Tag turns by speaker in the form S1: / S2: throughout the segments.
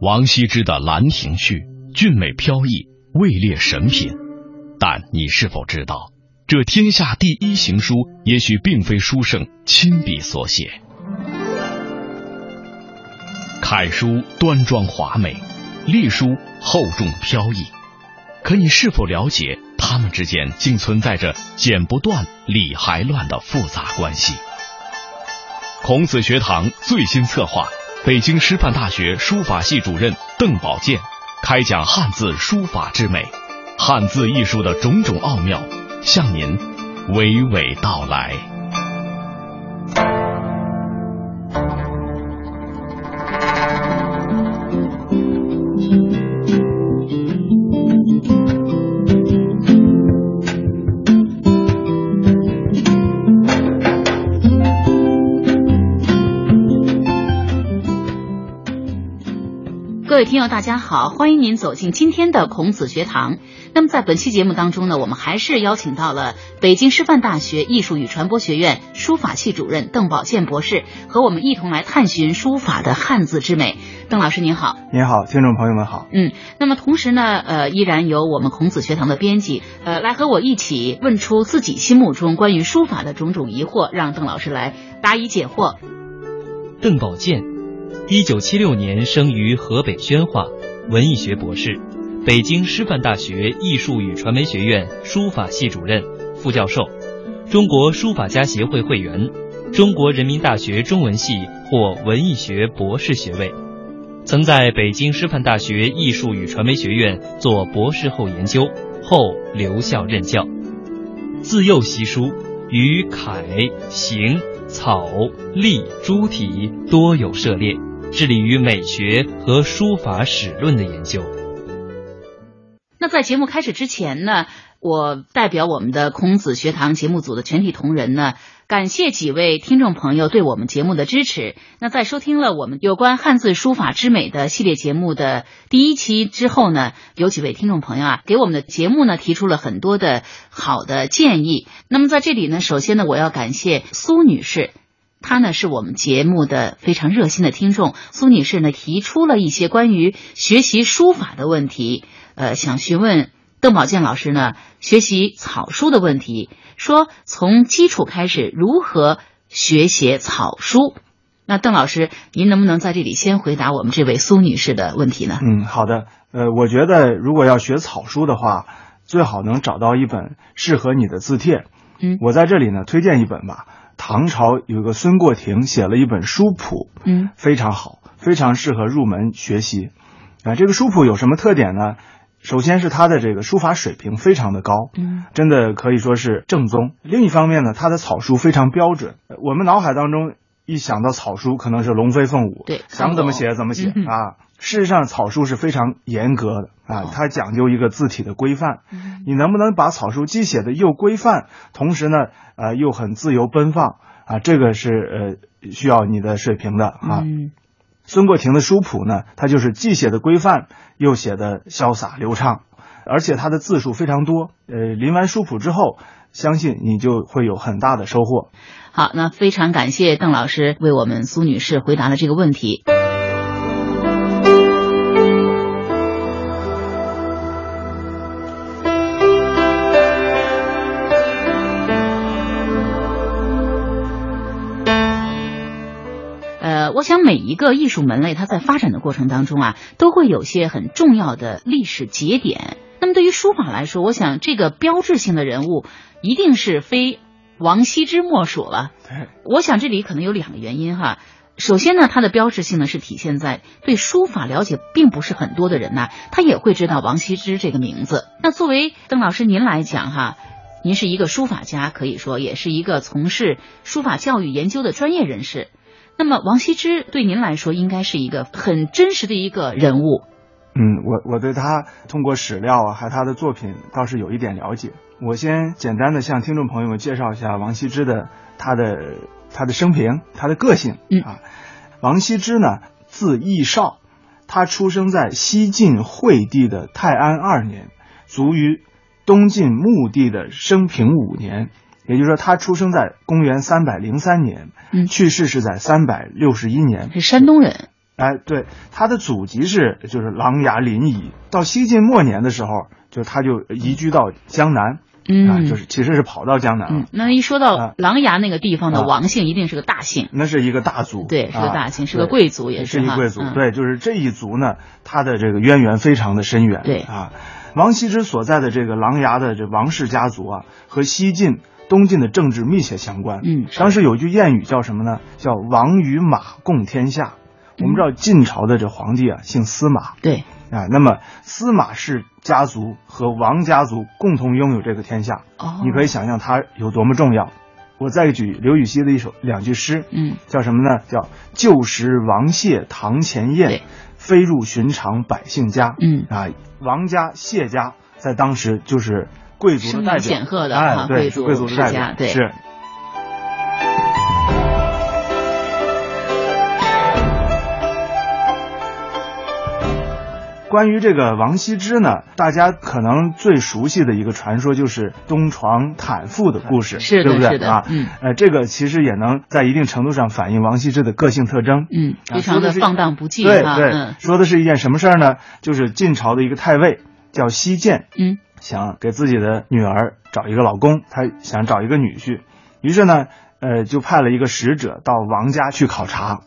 S1: 王羲之的《兰亭序》俊美飘逸，位列神品。但你是否知道，这天下第一行书也许并非书圣亲笔所写。楷书端庄华美，隶书厚重飘逸。可你是否了解，它们之间竟存在着剪不断、理还乱的复杂关系？孔子学堂最新策划，北京师范大学书法系主任邓宝剑开讲汉字书法之美、汉字艺术的种种奥妙，向您娓娓道来。
S2: 各位听友，大家好，欢迎您走进今天的孔子学堂。那么，在本期节目当中呢，我们还是邀请到了北京师范大学艺术与传播学院书法系主任邓宝剑博士，和我们一同来探寻书法的汉字之美。邓老师您好，
S3: 您好，听众朋友们好。
S2: 嗯，那么同时呢，呃，依然由我们孔子学堂的编辑，呃，来和我一起问出自己心目中关于书法的种种疑惑，让邓老师来答疑解惑。
S4: 邓宝剑，一九七六年生于河北宣化，文艺学博士，北京师范大学艺术与传媒学院书法系主任、副教授，中国书法家协会会员，中国人民大学中文系获文艺学博士学位，曾在北京师范大学艺术与传媒学院做博士后研究，后留校任教。自幼习书，于楷、行、草、隶诸体多有涉猎，致力于美学和书法史论的研究。
S2: 那在节目开始之前呢，我代表我们的孔子学堂节目组的全体同仁呢，感谢几位听众朋友对我们节目的支持。那在收听了我们有关汉字书法之美的系列节目的第一期之后呢，有几位听众朋友啊，给我们的节目呢提出了很多的好的建议。那么在这里呢，首先呢，我要感谢苏女士，她呢是我们节目的非常热心的听众，苏女士呢提出了一些关于学习书法的问题，呃，想询问邓宝剑老师呢学习草书的问题，说从基础开始如何学写草书。那邓老师，您能不能在这里先回答我们这位苏女士的问题呢？
S3: 嗯，好的。呃，我觉得如果要学草书的话，最好能找到一本适合你的字帖。
S2: 嗯
S3: 我在这里呢推荐一本吧。唐朝有个孙过庭写了一本书谱，
S2: 嗯
S3: 非常好，非常适合入门学习。啊，这个书谱有什么特点呢？首先是它的这个书法水平非常的高，
S2: 嗯
S3: 真的可以说是正宗。另一方面呢，它的草书非常标准。呃我们脑海当中一想到草书，可能是龙飞凤舞，
S2: 对
S3: 想怎么写怎么写、
S2: 嗯哼
S3: 啊。事实上，草书是非常严格的啊
S2: 哦，
S3: 它讲究一个字体的规范。
S2: 嗯
S3: 你能不能把草书既写的又规范，同时呢，呃，又很自由奔放啊？这个是呃需要你的水平的啊。
S2: 嗯
S3: 孙过庭的书谱呢，它就是既写的规范，又写的潇洒流畅，而且它的字数非常多。呃，临完书谱之后，相信你就会有很大的收获。
S2: 好，那非常感谢邓老师为我们苏女士回答的这个问题。呃，我想每一个艺术门类，它在发展的过程当中啊，都会有些很重要的历史节点。那么对于书法来说，我想这个标志性的人物一定是非王羲之莫属了。
S3: 对，
S2: 我想这里可能有两个原因哈。首先呢，它的标志性呢是体现在对书法了解并不是很多的人呐、他也会知道王羲之这个名字。那作为邓老师您来讲哈，您是一个书法家，可以说也是一个从事书法教育研究的专业人士。那么王羲之对您来说应该是一个很真实的一个人物，
S3: 嗯，我我对他通过史料啊，还有他的作品倒是有一点了解。我先简单的向听众朋友们介绍一下王羲之的他的他的生平、他的个性
S2: 嗯
S3: 啊。王羲之呢，字义绍，他出生在西晋惠帝的泰安二年，卒于东晋穆帝的生平五年，也就是说他出生在公元三百零三年，
S2: 嗯
S3: 去世是在三百六十一年。
S2: 是山东人。
S3: 哎，对，他的祖籍是就是琅琊临沂。到西晋末年的时候，就他就移居到江南，啊，
S2: 嗯，
S3: 就是其实是跑到江南了
S2: 嗯。，那一说到
S3: 啊
S2: 琅琊那个地方的
S3: 啊
S2: 王姓，一定是个大姓，
S3: 那是一个大族，
S2: 对，是个
S3: 啊
S2: 大姓，是个
S3: 对
S2: 贵族，也
S3: 是一
S2: 哈，
S3: 贵族，
S2: 嗯，
S3: 对，就是这一族呢，他的这个渊源非常的深远，
S2: 对
S3: 啊。王羲之所在的这个琅琊的这王氏家族啊，和西晋、东晋的政治密切相关。
S2: 嗯，
S3: 当时有一句谚语叫什么呢？叫“王与马共天下”。我们知道晋朝的这皇帝啊，姓司马
S2: 对，
S3: 啊，那么司马氏家族和王家族共同拥有这个天下，
S2: 哦，
S3: 你可以，想象它有多么重要。我再举刘禹锡的一首两句诗，
S2: 嗯，
S3: 叫什么呢？叫“旧时王谢堂前
S2: 对
S3: 燕，飞入寻常百姓家”。
S2: 嗯，
S3: 啊，王家、谢家在当时就是贵族
S2: 声
S3: 的代
S2: 名
S3: 表，
S2: 显赫的
S3: 哎
S2: 啊，，
S3: 对，
S2: 贵
S3: 是贵族
S2: 世
S3: 的代
S2: 家，
S3: 表，
S2: 对，
S3: 是。关于这个王羲之呢，大家可能最熟悉的一个传说就是东床袒腹的故事，
S2: 是的
S3: 对不对
S2: 是的
S3: 啊？
S2: 嗯
S3: 呃，这个其实也能在一定程度上反映王羲之的个性特征。
S2: 嗯，
S3: 啊
S2: 非常
S3: 说
S2: 的
S3: 的是
S2: 放荡不羁
S3: 对
S2: 哈，
S3: 对、
S2: 嗯
S3: 说的是一件什么事儿呢？就是晋朝的一个太尉叫西涧，
S2: 嗯，
S3: 想给自己的女儿找一个老公，他想找一个女婿，于是呢，呃，就派了一个使者到王家去考察。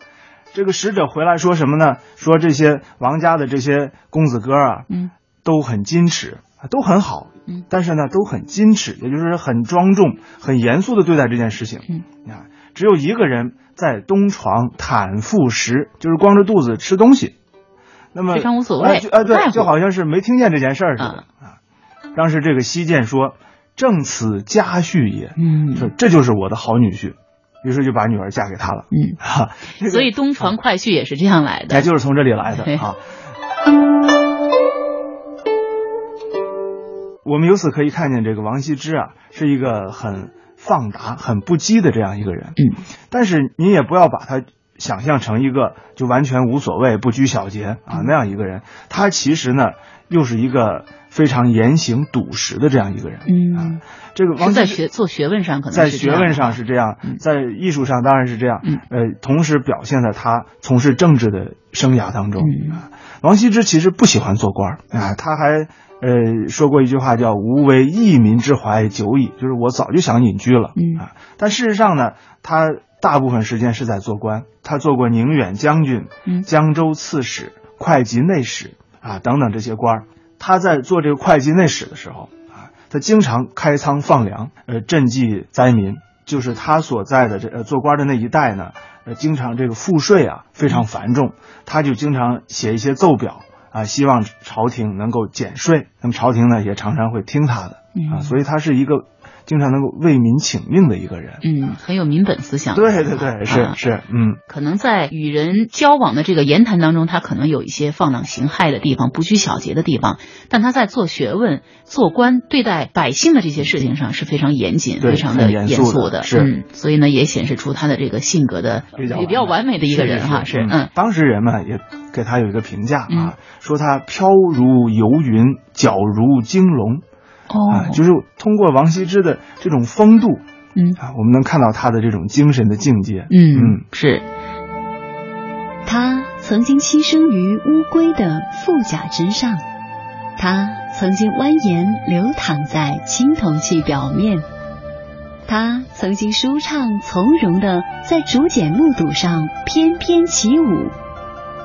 S3: 这个使者回来说什么呢？说这些王家的这些公子哥啊，
S2: 嗯，
S3: 都很矜持，都很好，
S2: 嗯，
S3: 但是呢，都很矜持，也就是很庄重、很严肃的对待这件事情。
S2: 嗯，
S3: 啊，只有一个人在东床袒腹食，就是光着肚子吃东西，那么
S2: 非常无所谓
S3: 哎就哎，
S2: 不在乎嗯
S3: 对，就好像是没听见这件事儿似的、啊。当时这个西涧说：“正此佳婿也。”说
S2: 嗯。
S3: 这就是我的好女婿，于是就把女儿嫁给他了。
S2: 嗯，
S3: 哈、这个啊
S2: 所以东床快婿也是这样来
S3: 哎，
S2: 的。
S3: 就是从这里来的
S2: 对
S3: 啊。我们由此可以看见，这个王羲之啊，是一个很放达、很不羁的这样一个人。
S2: 嗯，
S3: 但是你也不要把他想象成一个就完全无所谓、不拘小节啊
S2: 嗯
S3: 那样一个人。他其实呢，又是一个非常严刑笃实的这样一个人。啊
S2: 嗯，
S3: 这个
S2: 是
S3: 王羲
S2: 在
S3: 之
S2: 学做学问上可能
S3: 在
S2: 是这
S3: 学
S2: 样
S3: 问
S2: 的
S3: 上是这样
S2: 嗯，
S3: 在艺术上当然是这样
S2: 嗯，
S3: 呃，同时表现在他从事政治的生涯当中
S2: 嗯。
S3: 啊王羲之其实不喜欢做官儿啊，他还呃说过一句话叫“吾为益民之怀久矣”，就是我早就想隐居了
S2: 嗯
S3: 啊。但事实上呢，他大部分时间是在做官，他做过宁远将军
S2: 嗯、
S3: 江州刺史、会稽内史啊等等这些官儿。他在做这个会稽内史的时候啊，他经常开仓放粮，呃，赈济灾民。就是他所在的这呃做官的那一带呢，呃，经常这个赋税啊非常繁重，他就经常写一些奏表啊，希望朝廷能够减税。那么朝廷呢也常常会听他的
S2: 嗯
S3: 啊，所以他是一个经常能够为民请命的一个人。
S2: 嗯，很有民本思想。
S3: 对对对，是、
S2: 啊
S3: 是，嗯，
S2: 可能在与人交往的这个言谈当中，他可能有一些放荡形骸的地方，不拘小节的地方，但他在做学问、做官、对待百姓的这些事情上是非常严谨、
S3: 对
S2: 非常的
S3: 很严肃的
S2: 的。
S3: 是
S2: 嗯，所以呢，也显示出他的这个性格的
S3: 比较
S2: 也比较完美的一个人哈，
S3: 是
S2: 嗯，
S3: 当时人们也给他有一个评价啊，
S2: 嗯
S3: 说他飘如游云，皎如惊龙、啊，
S2: 哦，
S3: 就是通过王羲之的这种风度
S2: 嗯
S3: 啊，我们能看到他的这种精神的境界。
S2: 嗯，是
S5: 他曾经栖身于乌龟的腹甲之上，他曾经蜿蜒流淌在青铜器表面，他曾经舒畅从容地在竹简木牍上翩翩起舞。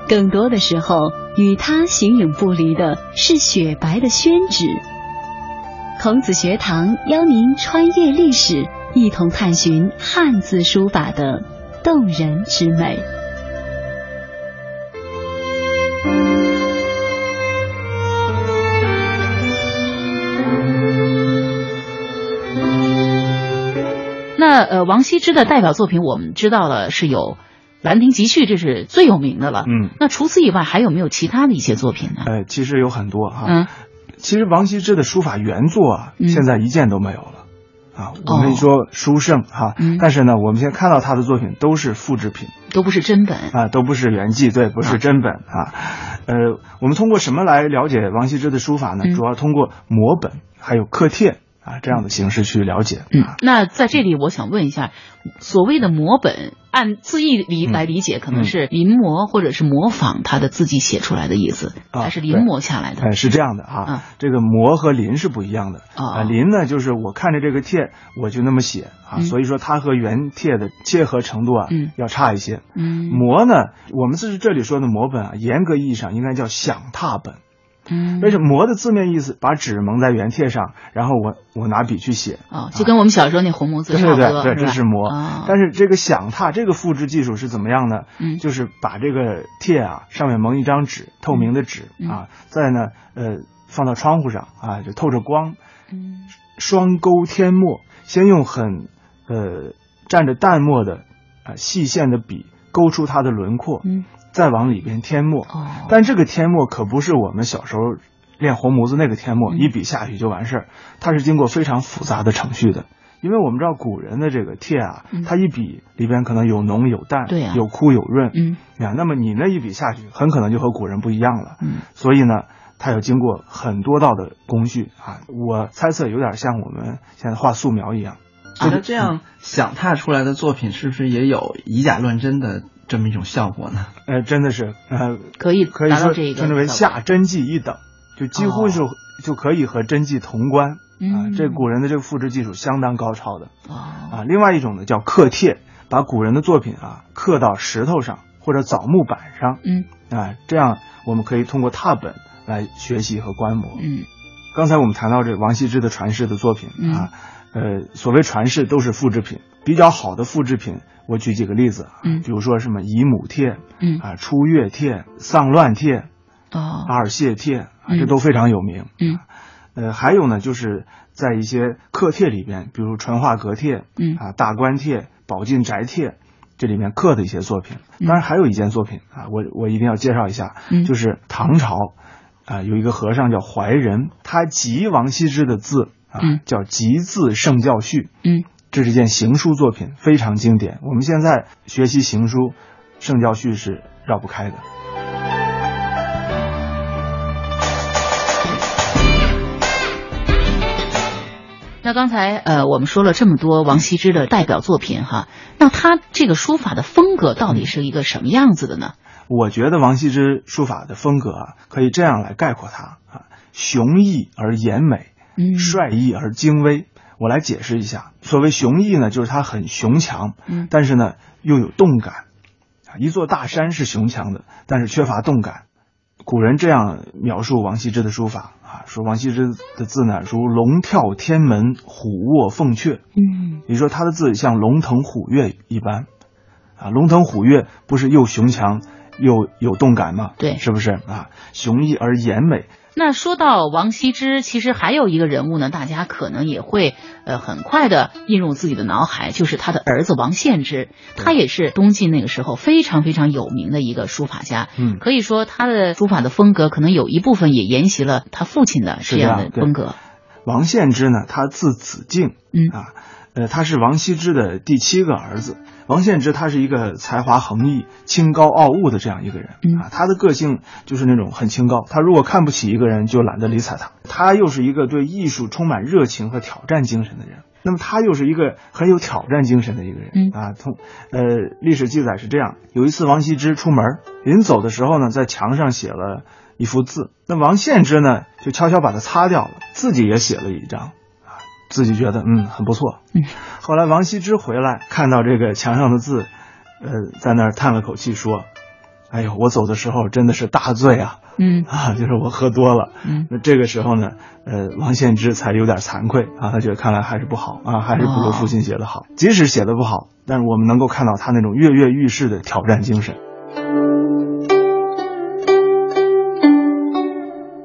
S5: 更多的时候，与他形影不离的是雪白的宣纸。孔子学堂邀您穿越历史，一同探寻汉字书法的动人之美。
S2: 那呃，王羲之的代表作品我们知道了是有《兰亭集序》，这是最有名的了。
S3: 嗯，
S2: 那除此以外，还有没有其他的一些作品呢？
S3: 呃，其实有很多哈、
S2: 嗯，
S3: 其实王羲之的书法原作啊，
S2: 嗯哦
S3: 现在一件都没有了。啊，我们说书圣哈、
S2: 嗯
S3: 但是呢，我们现在看到他的作品都是复制品
S2: 都不是真本。
S3: 啊，都不是原迹，对，不是真本啊。呃，我们通过什么来了解王羲之的书法呢？
S2: 嗯
S3: 主要通过摹本还有刻帖啊这样的形式去了解。
S2: 嗯
S3: 啊，
S2: 那在这里我想问一下，所谓的摹本，按字义理
S3: 嗯
S2: 来理解，可能是临摹或者是模仿他的自己写出来的意思，
S3: 啊
S2: 还是临摹下来的？
S3: 哎，是这样的啊
S2: 啊，
S3: 这个摹和临是不一样的
S2: 啊
S3: 啊。临呢，就是我看着这个帖，我就那么写啊，
S2: 嗯
S3: 所以说它和原帖的切合程度啊
S2: 嗯
S3: 要差一些。
S2: 嗯
S3: 摹呢，我们是这里说的摹本啊，严格意义上应该叫想拓本。
S2: 嗯
S3: 为，什么摹的字面意思，把纸蒙在原帖上，然后我我拿笔去写，
S2: 哦，就跟我们小时候那红模字
S3: 对
S2: 差不
S3: 对
S2: 多，
S3: 对，对，
S2: 吧
S3: 这是摹。
S2: 哦
S3: 但是这个想拓这个复制技术是怎么样呢？
S2: 嗯
S3: 就是把这个帖啊上面蒙一张纸，透明的纸
S2: 嗯
S3: 啊，再呢呃放到窗户上啊，就透着光，
S2: 嗯
S3: 双钩添墨，先用很呃蘸着淡墨的啊、细线的笔勾出它的轮廓，
S2: 嗯
S3: 再往里边添墨。
S2: 哦，
S3: 但这个添墨可不是我们小时候练红模子那个添墨，
S2: 嗯
S3: 一笔下去就完事儿，它是经过非常复杂的程序的。因为我们知道古人的这个帖啊
S2: 嗯，
S3: 它一笔里边可能有浓有淡，
S2: 对啊
S3: 有枯有润，
S2: 嗯
S3: 啊，那么你那一笔下去，很可能就和古人不一样了。
S2: 嗯
S3: 所以呢，它有经过很多道的工序啊，我猜测有点像我们现在画素描一样。
S6: 觉得这样想踏出来的作品，是不是也有以假乱真的这么一种效果呢？
S3: 呃，真的是呃，
S2: 可以
S3: 可以
S2: 达到
S3: 说
S2: 这个
S3: 称之为
S2: 效果哦
S3: 下真迹一等，就几乎就、就可以和真迹同观啊
S2: 嗯。
S3: 这古人的这个复制技术相当高超的
S2: 哦
S3: 啊。另外一种呢叫刻帖，把古人的作品啊刻到石头上或者枣木板上
S2: 嗯
S3: 啊，这样我们可以通过拓本来学习和观摩。
S2: 嗯
S3: 刚才我们谈到这王羲之的传世的作品
S2: 嗯
S3: 啊，呃，所谓传世都是复制品，比较好的复制品，我举几个例子，啊
S2: 嗯
S3: 比如说什么姨母帖
S2: 嗯
S3: 啊、出月帖、丧乱帖、阿
S2: 哦
S3: 尔谢帖啊，
S2: 嗯
S3: 这都非常有名。
S2: 嗯
S3: 呃，还有呢，就是在一些刻帖里边，比如淳化阁帖
S2: 嗯
S3: 啊、大观帖、宝镜宅帖。这里面刻的一些作品，当然还有一件作品啊，我我一定要介绍一下，
S2: 嗯
S3: 就是唐朝啊、有一个和尚叫怀仁，他集王羲之的字啊，
S2: 嗯
S3: 叫《集字圣教序》，
S2: 嗯，
S3: 这是一件行书作品，非常经典。我们现在学习行书，圣教序是绕不开的。
S2: 那刚才呃，我们说了这么多王羲之的代表作品哈，那他这个书法的风格到底是一个什么样子的呢？
S3: 我觉得王羲之书法的风格啊，可以这样来概括它啊：雄毅而严美，
S2: 嗯，
S3: 率意而精微。我来解释一下，所谓雄毅呢，就是它很雄强，
S2: 嗯
S3: 但是呢又有动感。啊一座大山是雄强的，但是缺乏动感。古人这样描述王羲之的书法啊，说王羲之的字呢，如龙跳天门，虎卧凤阙。
S2: 嗯
S3: 也就是说他的字像龙腾虎跃一般，啊，龙腾虎跃不是又雄强又有动感吗？
S2: 对
S3: 是不是啊？雄毅而严美，
S2: 那说到王羲之，其实还有一个人物呢，大家可能也会呃很快的映入自己的脑海，就是他的儿子王献之，他也是东晋那个时候非常非常有名的一个书法家。
S3: 嗯，
S2: 可以说，他的书法的风格可能有一部分也沿袭了他父亲的
S3: 是
S2: 这
S3: 这
S2: 样
S3: 样
S2: 的
S3: 对
S2: 风格。
S3: 王献之呢，他字子敬，
S2: 嗯
S3: 啊，呃，他是王羲之的第七个儿子。王献之他是一个才华横溢、清高傲物的这样一个人、
S2: 嗯
S3: 啊，他的个性就是那种很清高。他如果看不起一个人，就懒得理睬他。他又是一个对艺术充满热情和挑战精神的人。那么他又是一个很有挑战精神的一个人、
S2: 嗯
S3: 啊。从呃历史记载是这样：有一次王羲之出门，临走的时候呢，在墙上写了一幅字。那王献之呢，就悄悄把它擦掉了，自己也写了一张。啊自己觉得嗯很不错。
S2: 嗯，
S3: 后来王羲之回来，看到这个墙上的字，呃，在那儿叹了口气说：“哎呦，我走的时候真的是大醉啊
S2: 嗯
S3: 啊，就是我喝多了。”
S2: 嗯，
S3: 那这个时候呢，呃，王献之才有点惭愧啊，他觉得看来还是不好啊，还是不如父亲写的
S2: 哦
S3: 好。即使写的不好，但是我们能够看到他那种跃跃欲试的挑战精神。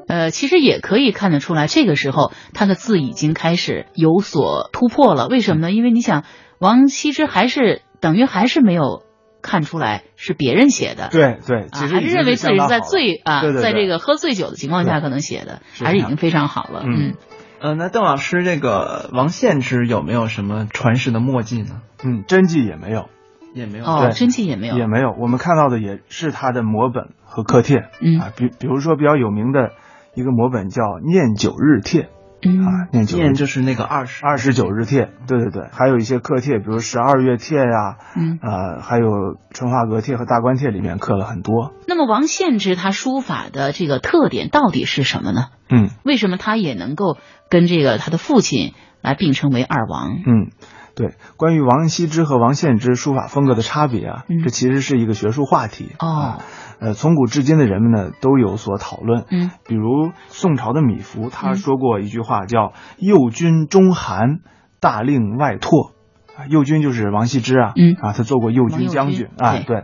S2: 呃，其实也可以看得出来，这个时候他的字已经开始有所突破了。为什么呢？因为你想，王羲之还是等于还是没有看出来是别人写的，
S3: 对对，其
S2: 啊，
S3: 实
S2: 还
S3: 已经
S2: 认为自己
S3: 相
S2: 是
S3: 当
S2: 在
S3: 好了
S2: 醉啊，
S3: 对对对
S2: 在这个喝醉酒的情况下
S3: 对
S2: 可能写的，
S3: 是
S2: 还是
S3: 这
S2: 已
S3: 样
S2: 经非常好了。
S3: 嗯
S2: 嗯
S6: 呃，那邓老师，这个王献之有没有什么传世的墨迹呢？
S3: 嗯，真迹也没有，
S6: 也没有。
S2: 哦，
S3: 对
S2: 真迹也没
S6: 啊
S2: 有
S3: 也，没有，我们看到的也是他的摹本和刻帖。
S2: 嗯
S3: 啊，比比如说比较有名的一个摹本叫《念九日帖》
S2: 嗯
S3: 啊，念九
S6: 念
S3: 日
S6: 就是那个二十
S3: 二十九日帖，对对对，还有一些课帖，比如十二月帖呀、
S2: 嗯。
S3: 呃，还有春画阁帖和大观帖里面刻了很多。
S2: 那么王献之他书法的这个特点到底是什么呢？
S3: 嗯
S2: 为什么他也能够跟这个他的父亲来并称为二王？
S3: 嗯，对，关于王羲之和王献之书法风格的差别啊，
S2: 嗯
S3: 这其实是一个学术话题。
S2: 哦
S3: 啊，呃，从古至今的人们呢都有所讨论。
S2: 嗯
S3: 比如宋朝的米芾，他
S2: 嗯
S3: 说过一句话叫“右军中韩，大令外拓”，啊，右军就是王羲之啊，
S2: 嗯
S3: 啊，他做过右军将军
S2: 王右
S3: 啊，
S6: 哎
S2: 军
S3: 对，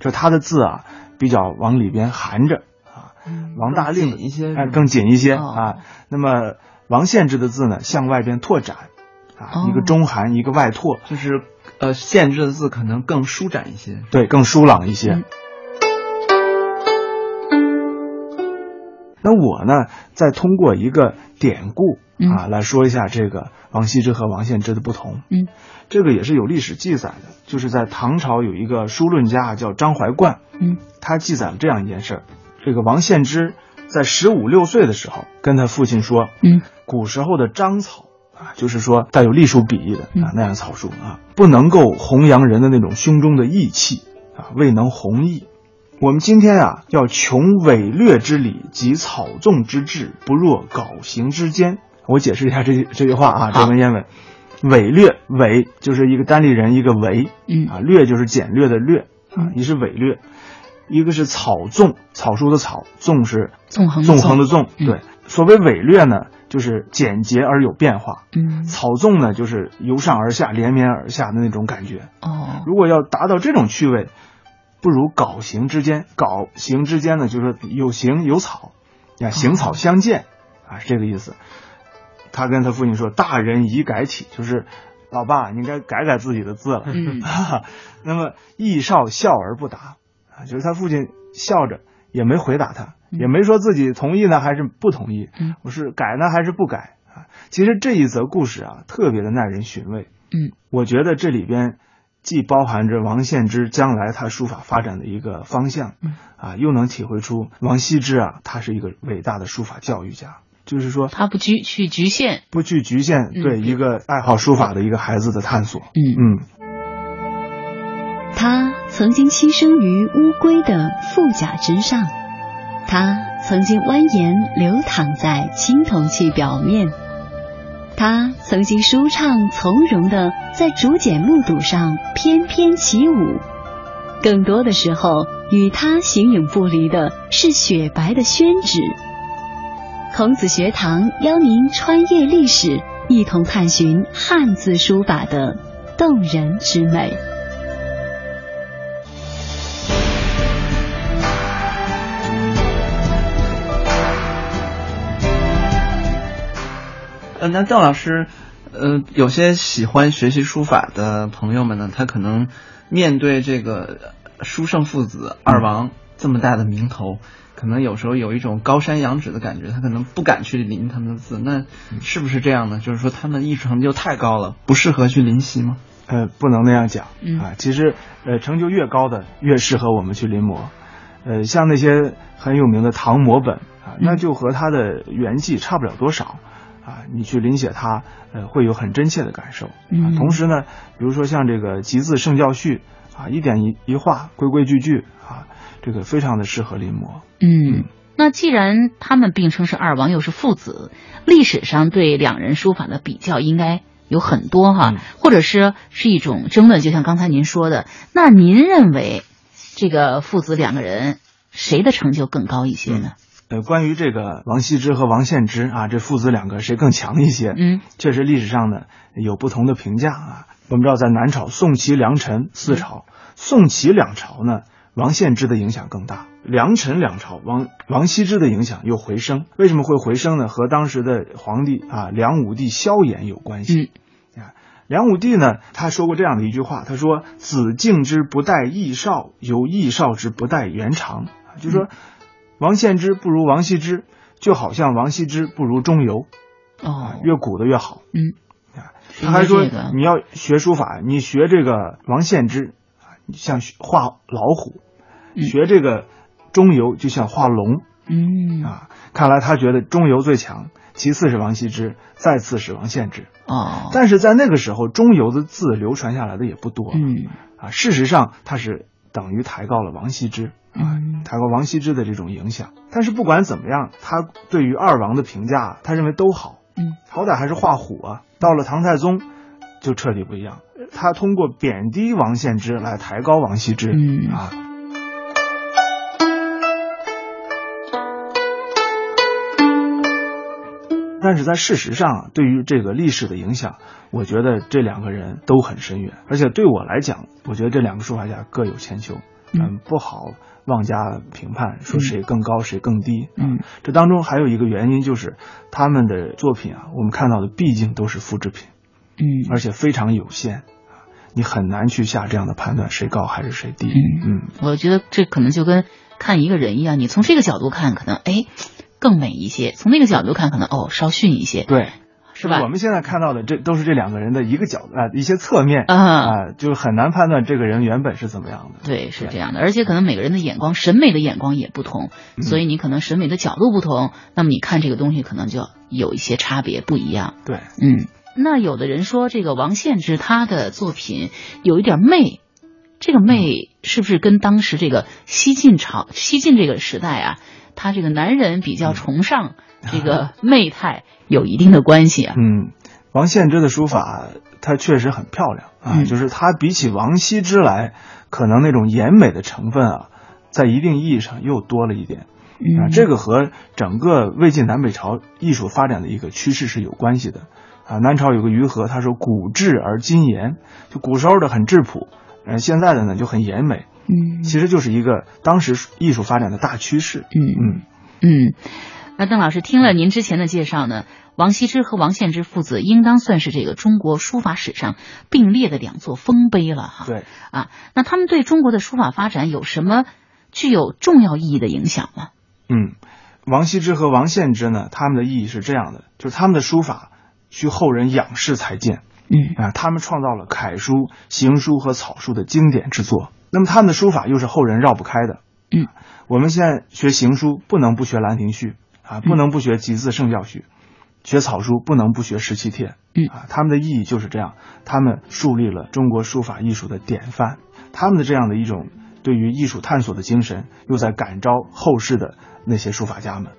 S3: 就他的字啊比较往里边含着，
S2: 嗯
S3: 王大令
S6: 更紧一些
S3: 哎，更紧一些、
S2: 哦
S3: 啊。那么王献之的字呢，向外边拓展，啊，
S2: 哦
S3: 一个中含，一个外拓，
S6: 就是呃限制的字可能更舒展一些。
S3: 对，更疏朗一些。
S2: 嗯
S3: 那我呢，再通过一个典故
S2: 嗯
S3: 啊、来说一下这个王羲之和王献之的不同。
S2: 嗯，
S3: 这个也是有历史记载的，就是在唐朝有一个书论家叫张怀灌，
S2: 嗯，
S3: 他记载了这样一件事儿：这个王献之在十五六岁的时候，跟他父亲说，
S2: 嗯，
S3: 古时候的章草啊，就是说带有隶书笔意的
S2: 嗯
S3: 啊那样的草书啊，不能够弘扬人的那种胸中的义气啊，未能弘毅。我们今天啊，要穷伪略之理及草纵之志，不若缟行之间。我解释一下这这句话
S2: 好
S3: 啊，这文言文，伪略伪就是一个单立人，一个为
S2: 嗯
S3: 啊，略就是简略的略啊
S2: 嗯，
S3: 一是伪略，一个是草纵，草书的草，纵是
S2: 纵横的
S3: 纵横的纵。
S2: 嗯
S3: 对，所谓伪略呢，就是简洁而有变化；
S2: 嗯
S3: 草纵呢，就是由上而下、连绵而下的那种感觉。
S2: 哦
S3: 如果要达到这种趣味，不如搞行之间，搞行之间呢，就是说有行有草，啊，行草相间，啊，是这个意思。他跟他父亲说：“大人宜改体，就是老爸，你该改改自己的字了。”
S2: 嗯
S3: 哈哈， 那么义少笑而不答啊，就是他父亲笑着也没回答他，
S2: 嗯
S3: 也没说自己同意呢还是不同意，
S2: 嗯
S3: 我是改呢还是不改啊？其实这一则故事啊，特别的耐人寻味。
S2: 嗯，
S3: 我觉得这里边既包含着王献之将来他书法发展的一个方向，
S2: 嗯
S3: 啊，又能体会出王羲之啊，他是一个伟大的书法教育家。就是说，
S2: 他不拘去局限，
S3: 不去局限
S2: 嗯
S3: 对一个爱好书法的一个孩子的探索。
S2: 嗯
S3: 嗯，
S5: 他曾经栖身于乌龟的腹甲之上，他曾经蜿蜒流淌在青铜器表面，他曾经舒畅从容地在竹简木牍上翩翩起舞。更多的时候，与他形影不离的是雪白的宣纸。孔子学堂邀您穿越历史，一同探寻汉字书法的动人之美。
S6: 呃，那赵老师，呃，有些喜欢学习书法的朋友们呢，他可能面对这个呃书圣父子二王这么大的名头，可能有时候有一种高山仰止的感觉，他可能不敢去临他们的字。那是不是这样呢？就是说他们艺术成就太高了，不适合去临习吗？
S3: 呃，不能那样讲
S2: 嗯
S3: 啊。其实，呃，成就越高的越适合我们去临摹。呃，像那些很有名的唐摹本
S2: 嗯
S3: 啊，那就和他的原迹差不了多少啊。你去临写它，呃，会有很真切的感受。啊
S2: 嗯，
S3: 同时呢，比如说像这个集字圣教序啊，一点一一画，规规矩矩啊，这个非常的适合临摹。
S2: 嗯。那既然他们并称是二王，又是父子，历史上对两人书法的比较应该有很多哈，
S3: 嗯
S2: 或者是是一种争论。就像刚才您说的，那您认为这个父子两个人谁的成就更高一
S6: 嗯
S2: 些呢？
S3: 呃，关于这个王羲之和王献之啊，这父子两个谁更强一些？
S2: 嗯
S3: 确实历史上呢有不同的评价啊。我们知道，在南朝宋齐梁陈四朝，宋齐两朝呢，王献之的影响更大；梁陈两朝，王王羲之的影响又回升。为什么会回升呢？和当时的皇帝啊梁武帝萧衍有关系。啊，梁武帝呢，他说过这样的一句话，他说：“子敬之不待义少，由义少之不待元长。”就说王献之不如王羲之，就好像王羲之不如钟繇。啊
S2: 哦，
S3: 越古的越好。
S2: 嗯
S3: 啊，
S2: 是因
S3: 他
S2: 为
S3: 还说
S2: 这个
S3: 你要学书法，你学这个王献之，啊，像学画老虎；
S2: 嗯
S3: 学这个钟繇就像画龙。
S6: 嗯
S3: 啊。看来他觉得中游最强，其次是王羲之，再次是王献之。
S6: 哦，
S3: 但是在那个时候，中游的字流传下来的也不多了
S6: 嗯
S3: 啊。事实上，他是等于抬高了王羲之啊，
S6: 嗯
S3: 抬高王羲之的这种影响。但是不管怎么样，他对于二王的评价，他认为都好。
S6: 嗯，
S3: 好歹还是画虎啊。到了唐太宗，就彻底不一样。他通过贬低王献之来抬高王羲之、
S6: 嗯
S3: 啊。但是在事实上啊，对于这个历史的影响，我觉得这两个人都很深远。而且对我来讲，我觉得这两个书法家各有千秋，
S6: 嗯
S3: 嗯，不好妄加评判，说谁更高谁更低。
S6: 嗯
S3: 这当中还有一个原因就是他们的作品啊，我们看到的毕竟都是复制品，
S6: 嗯
S3: 而且非常有限，啊你很难去下这样的判断谁高还是谁低。
S6: 嗯
S3: 嗯，
S6: 我觉得这可能就跟看一个人一样，你从这个角度看，可能哎更美一些；从那个角度看，可能哦稍逊一些，
S3: 对，
S6: 是吧
S3: 我？们现在看到的这都是这两个人的一个角啊、一些侧面啊、
S6: 啊，
S3: 就是很难判断这个人原本是怎么样的。
S6: 对，是这样的。而且可能每个人的眼光、审美的眼光也不同，
S3: 嗯
S6: 所以你可能审美的角度不同，那么你看这个东西可能就有一些差别，不一样。
S3: 对，
S6: 嗯，那有的人说这个王献之他的作品有一点媚，这个媚是不是跟当时这个西晋朝西晋这个时代啊，他这个男人比较崇尚这个媚态有一定的关系啊？
S3: 嗯，王献之的书法，它确实很漂亮啊，
S6: 嗯
S3: 就是它比起王羲之来，可能那种颜美的成分啊，在一定意义上又多了一点。啊，
S6: 嗯，
S3: 这个和整个魏晋南北朝艺术发展的一个趋势是有关系的。啊，南朝有个余和，他说“古质而今严”，就古时候的很质朴，呃，现在的呢就很严美，
S6: 嗯
S3: 其实就是一个当时艺术发展的大趋势。
S6: 嗯
S3: 嗯，
S6: 嗯。那邓老师听了您之前的介绍呢，王羲之和王献之父子应当算是这个中国书法史上并列的两座丰碑了
S3: 嗯
S6: 哈。
S3: 对，
S6: 那他们对中国的书法发展有什么具有重要意义的影响吗？
S3: 嗯，王羲之和王献之呢，他们的意义是这样的，就是他们的书法需后人仰视才见。
S6: 嗯
S3: 啊，他们创造了楷书、行书和草书的经典之作。那么他们的书法又是后人绕不开的。啊
S6: 嗯，
S3: 我们现在学行书不能不学《兰亭序》
S6: 嗯
S3: 啊，不能不学《集字圣教序》，学草书不能不学《十七帖》。
S6: 嗯
S3: 啊，他们的意义就是这样，他们树立了中国书法艺术的典范。他们的这样的一种对于艺术探索的精神，又在感召后世的那些书法家们。